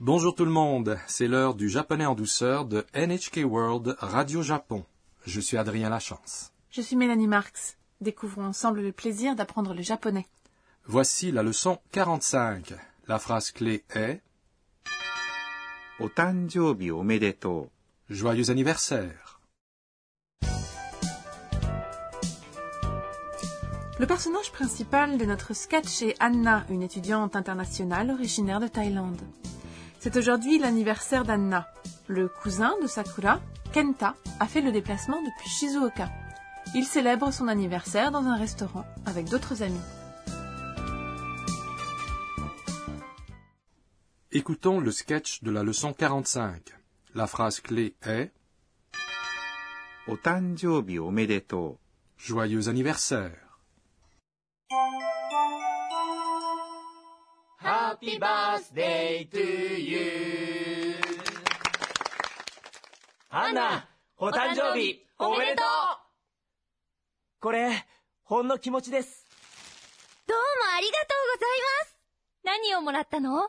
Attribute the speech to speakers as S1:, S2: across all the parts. S1: Bonjour tout le monde, c'est l'heure du japonais en douceur de NHK World Radio Japon. Je suis Adrien Lachance.
S2: Je suis Mélanie Marx. Découvrons ensemble le plaisir d'apprendre le japonais.
S1: Voici la leçon 45. La phrase clé est
S3: お誕生日おめでと
S1: Joyeux anniversaire.
S2: Le personnage principal de notre sketch est Anna, une étudiante internationale originaire de Thaïlande. C'est aujourd'hui l'anniversaire d'Anna. Le cousin de Sakura, Kenta, a fait le déplacement depuis Shizuoka. Il célèbre son anniversaire dans un restaurant avec d'autres amis.
S1: Écoutons le sketch de la leçon 45. La phrase clé est
S3: う。お誕生日おめでと
S1: Joyeux anniversaire.
S4: Happy birthday to you アンナお誕生日おめでとうこれほんの気持ちです
S5: どうもありがとうございます。何をもらったの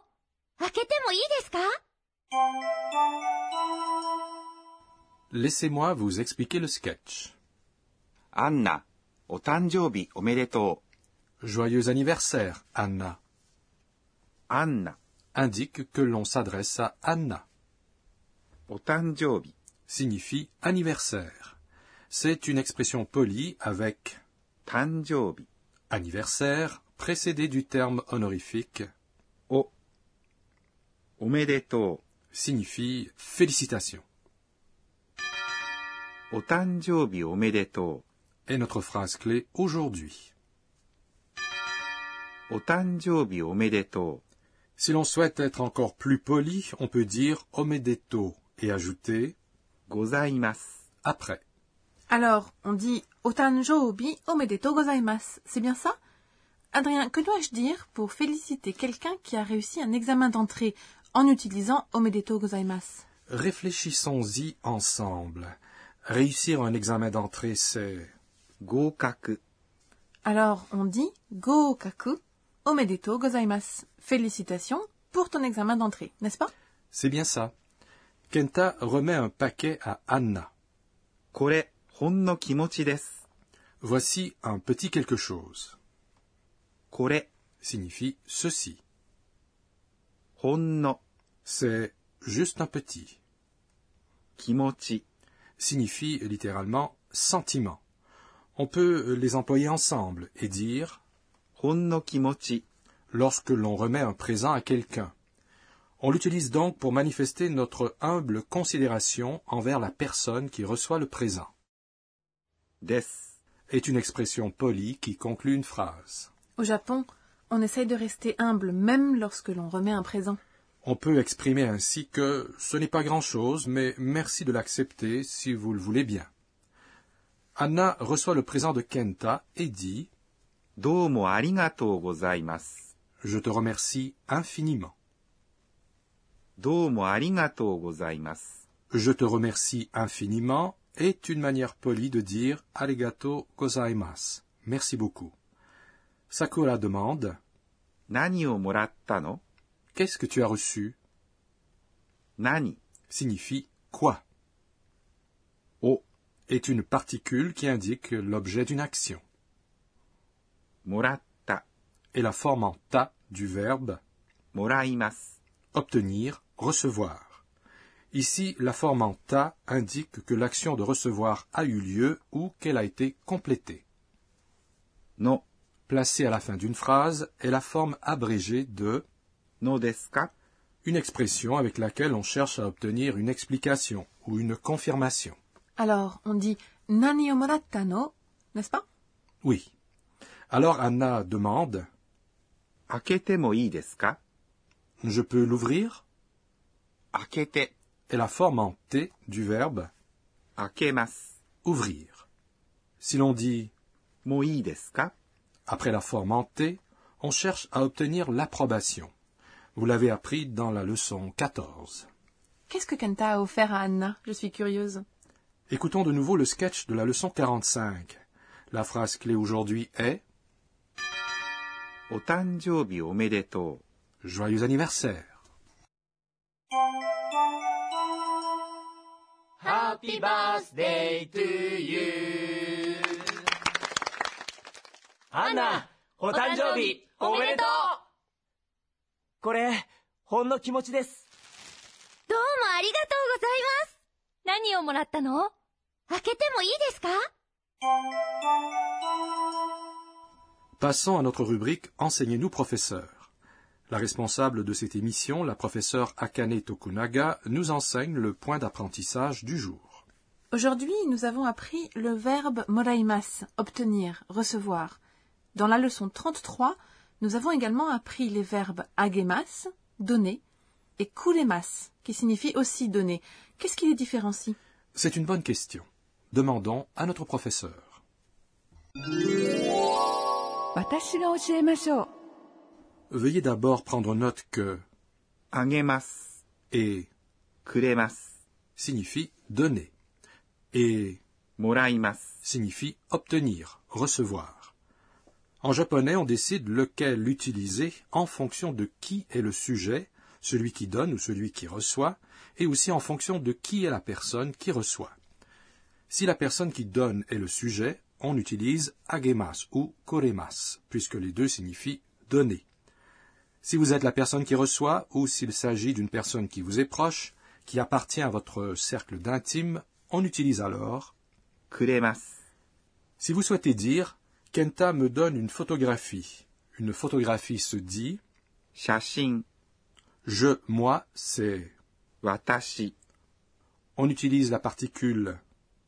S5: 開けてもいいですか
S1: Laissez-moi vous expliquer le sketch.
S3: う。アンナ、お誕生日おめでと
S1: Joyeux anniversaire, Anna,
S3: う。アンナ、
S1: indique que l'on s'adresse à Anna,
S3: お誕生日、
S1: signifie anniversaire. C'est une expression polie avec
S3: 誕生日、
S1: anniversaire précédé du terme honorifique
S3: お。おめでと
S1: signifie félicitations.
S3: う。お誕生日おめでと
S1: Et notre phrase clé aujourd'hui.
S3: う。お誕生日おめでと
S1: Si l'on souhaite être encore plus poli, on peut dire omedeto et ajouter
S3: う。ございます。
S1: après.
S2: Alors, on dit Otanjobi omedeto gozaimasu. C'est bien ça Adrien, que dois-je dire pour féliciter quelqu'un qui a réussi un examen d'entrée en utilisant omedeto gozaimasu
S1: Réfléchissons-y ensemble. Réussir un examen d'entrée, c'est
S3: 合格、
S2: Alors, on dit Gookaku omedeto gozaimasu. Félicitations pour ton examen d'entrée, n'est-ce pas
S1: c'est bien ça. Kenta remet un paquet à Anna.
S3: これ、ほんの気持ちです。
S1: Voici un petit quelque chose.
S3: これ、
S1: Signifie ceci.
S3: ほんの、
S1: C'est juste un petit.
S3: 気持ち、
S1: Signifie littéralement sentiment. On peut les employer ensemble et dire
S3: ほんの気持ち、
S1: lorsque l'on remet un présent à quelqu'un. On l'utilise donc pour manifester notre humble considération envers la personne qui reçoit le présent.
S3: です。
S1: Est une expression polie qui conclut une phrase.
S2: Au Japon, on essaye de rester humble même lorsque l'on remet un présent.
S1: On peut exprimer ainsi que ce n'est pas grand-chose, mais merci de l'accepter si vous le voulez bien. Anna reçoit le présent de Kenta et dit
S3: どうもありがとうございます。
S1: Je te remercie infiniment.
S3: どうもありがとうございます。
S1: Je te remercie infiniment est une manière polie de dire arigato gozaimasu. Merci beaucoup. Sakura demande
S3: 何をもらったの
S1: Qu'est-ce que tu as reçu
S3: 何
S1: signifie quoi O est une particule qui indique l'objet d'une action
S3: もらった、
S1: et la forme en ta du verbe
S3: もらいます。
S1: obtenir, recevoir. Ici, la forme en ta indique que l'action de recevoir a eu lieu ou qu'elle a été complétée.
S3: の、
S1: placée à la fin d'une phrase est la forme abrégée de
S3: のですか
S1: une expression avec laquelle on cherche à obtenir une explication ou une confirmation.
S2: Alors, on dit Nani o moratta no, n'est-ce pas
S1: Oui. Alors Anna demande
S3: 開けてもいいですか
S1: Je peux l'ouvrir
S3: 開けて、
S1: est la forme en T du verbe
S3: 開けます。
S1: ouvrir. Si l'on dit
S3: もういいですか
S1: après la forme en T, on cherche à obtenir l'approbation. Vous l'avez appris dans la leçon 14.
S2: Qu'est-ce que Kenta a offert à Anna Je suis curieuse.
S1: Écoutons de nouveau le sketch de la leçon 45. La phrase clé aujourd'hui est
S3: お誕生日おめでとう。
S1: Joyeux anniversaire.
S4: Happy birthday to you アンナお誕生日おめでとうこれほんの気持ちです
S5: どうもありがとうございます何をもらったの開けてもいいですか
S1: Passons à notre rubrique Enseignez-nous, professeur. La responsable de cette émission, la professeure Akane Tokunaga, nous enseigne le point d'apprentissage du jour.
S2: Aujourd'hui, nous avons appris le verbe moraimas, obtenir, recevoir. Dans la leçon 33, nous avons également appris les verbes agemas, donner, et kuremas, qui signifie aussi donner. Qu'est-ce qui les différencie
S1: C'est une bonne question. Demandons à notre professeur.
S6: 私が教えましょう
S1: Veuillez d'abord prendre note que
S3: あげます。
S1: et
S3: くれます。
S1: signifie donner et
S3: もらいます。
S1: signifie obtenir, recevoir. En japonais, on décide lequel utiliser en fonction de qui est le sujet, celui qui donne ou celui qui reçoit, et aussi en fonction de qui est la personne qui reçoit. Si la personne qui donne est le sujet, on utilise agemas ou koremas, puisque les deux signifient donner. Si vous êtes la personne qui reçoit, ou s'il s'agit d'une personne qui vous est proche, qui appartient à votre cercle d'intime, on utilise alors
S3: くれます。
S1: si vous souhaitez dire Kenta me donne une photographie, une photographie se dit
S3: 写真、
S1: je, moi, c'est.
S3: 私、
S1: On utilise la particule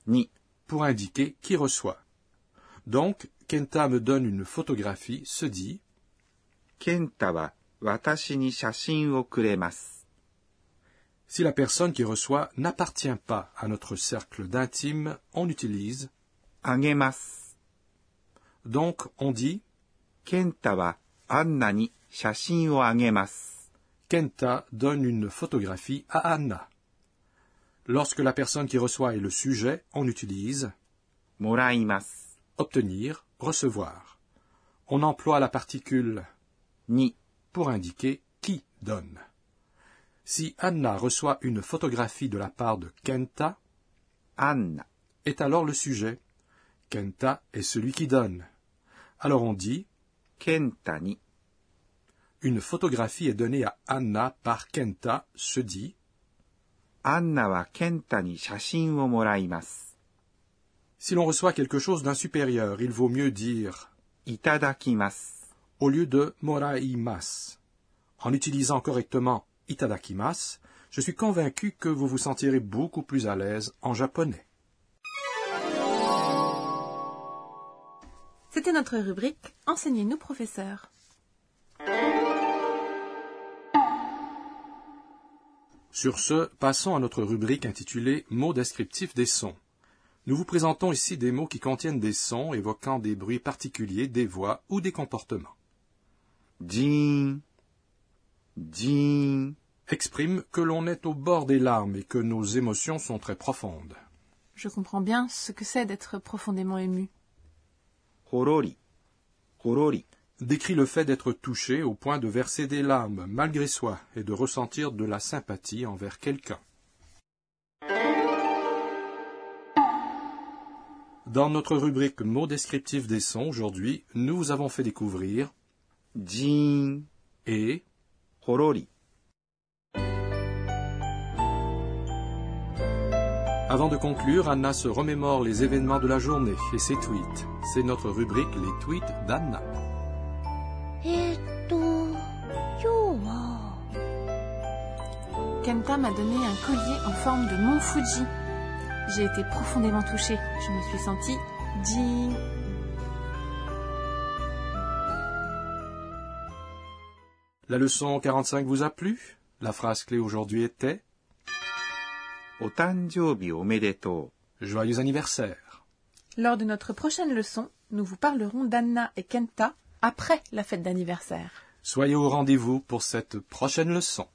S3: に、
S1: pour indiquer qui reçoit. Donc, Kenta me donne une photographie se dit.
S3: 健太は私に写真をくれます。
S1: Si la personne qui reçoit n'appartient pas à notre cercle d'intime, on utilise.
S3: あげます。
S1: Donc, on dit
S3: 健太はアンナに写真をあげます。
S1: Kenta donne une photographie à Anna. Lorsque la personne qui reçoit est le sujet, on utilise
S3: もらいます。
S1: obtenir, recevoir. On emploie la particule
S3: に、
S1: pour indiquer qui donne. Si Anna reçoit une photographie de la part de Kenta,
S3: アンナ、
S1: est alors le sujet. Kenta est celui qui donne. Alors on dit
S3: 健太に、
S1: une photographie est donnée à Anna par Kenta se dit
S3: アンナは健太に写真をもらいます。
S1: si l'on reçoit quelque chose d'un supérieur, il vaut mieux dire
S3: いただきます。
S1: au lieu de moraimas. En utilisant correctement itadakimas, je suis convaincu que vous vous sentirez beaucoup plus à l'aise en japonais.
S2: C'était notre rubrique Enseignez-nous, professeur.
S1: Sur ce, passons à notre rubrique intitulée Mots descriptifs des sons. Nous vous présentons ici des mots qui contiennent des sons évoquant des bruits particuliers, des voix ou des comportements.
S3: ジーン、ジーン、
S1: Exprime que l'on est au bord des larmes et que nos émotions sont très profondes.
S2: Je comprends bien ce que c'est d'être profondément ému.
S3: ほろり、ほろり、
S1: Décrit le fait d'être touché au point de verser des larmes malgré soi et de ressentir de la sympathie envers quelqu'un. Dans notre rubrique Mots descriptifs des sons, aujourd'hui, nous vous avons fait découvrir
S3: ジーン、
S1: et
S3: ほろり、
S1: Avant de conclure, Anna se remémore les événements de la journée et ses tweets. C'est notre rubrique Les tweets d'Anna.
S5: えーっと今日は
S2: Kenta m'a donné un collier en forme de mont Fuji. J'ai été profondément touchée. Je me suis sentie digne.
S1: La leçon 45 vous a plu La phrase clé aujourd'hui était
S3: お誕生日おめでと
S1: Joyeux anniversaire.
S2: Lors de notre prochaine leçon, nous vous parlerons d'Anna et Kenta après la fête d'anniversaire.
S1: Soyez au rendez-vous pour cette prochaine leçon.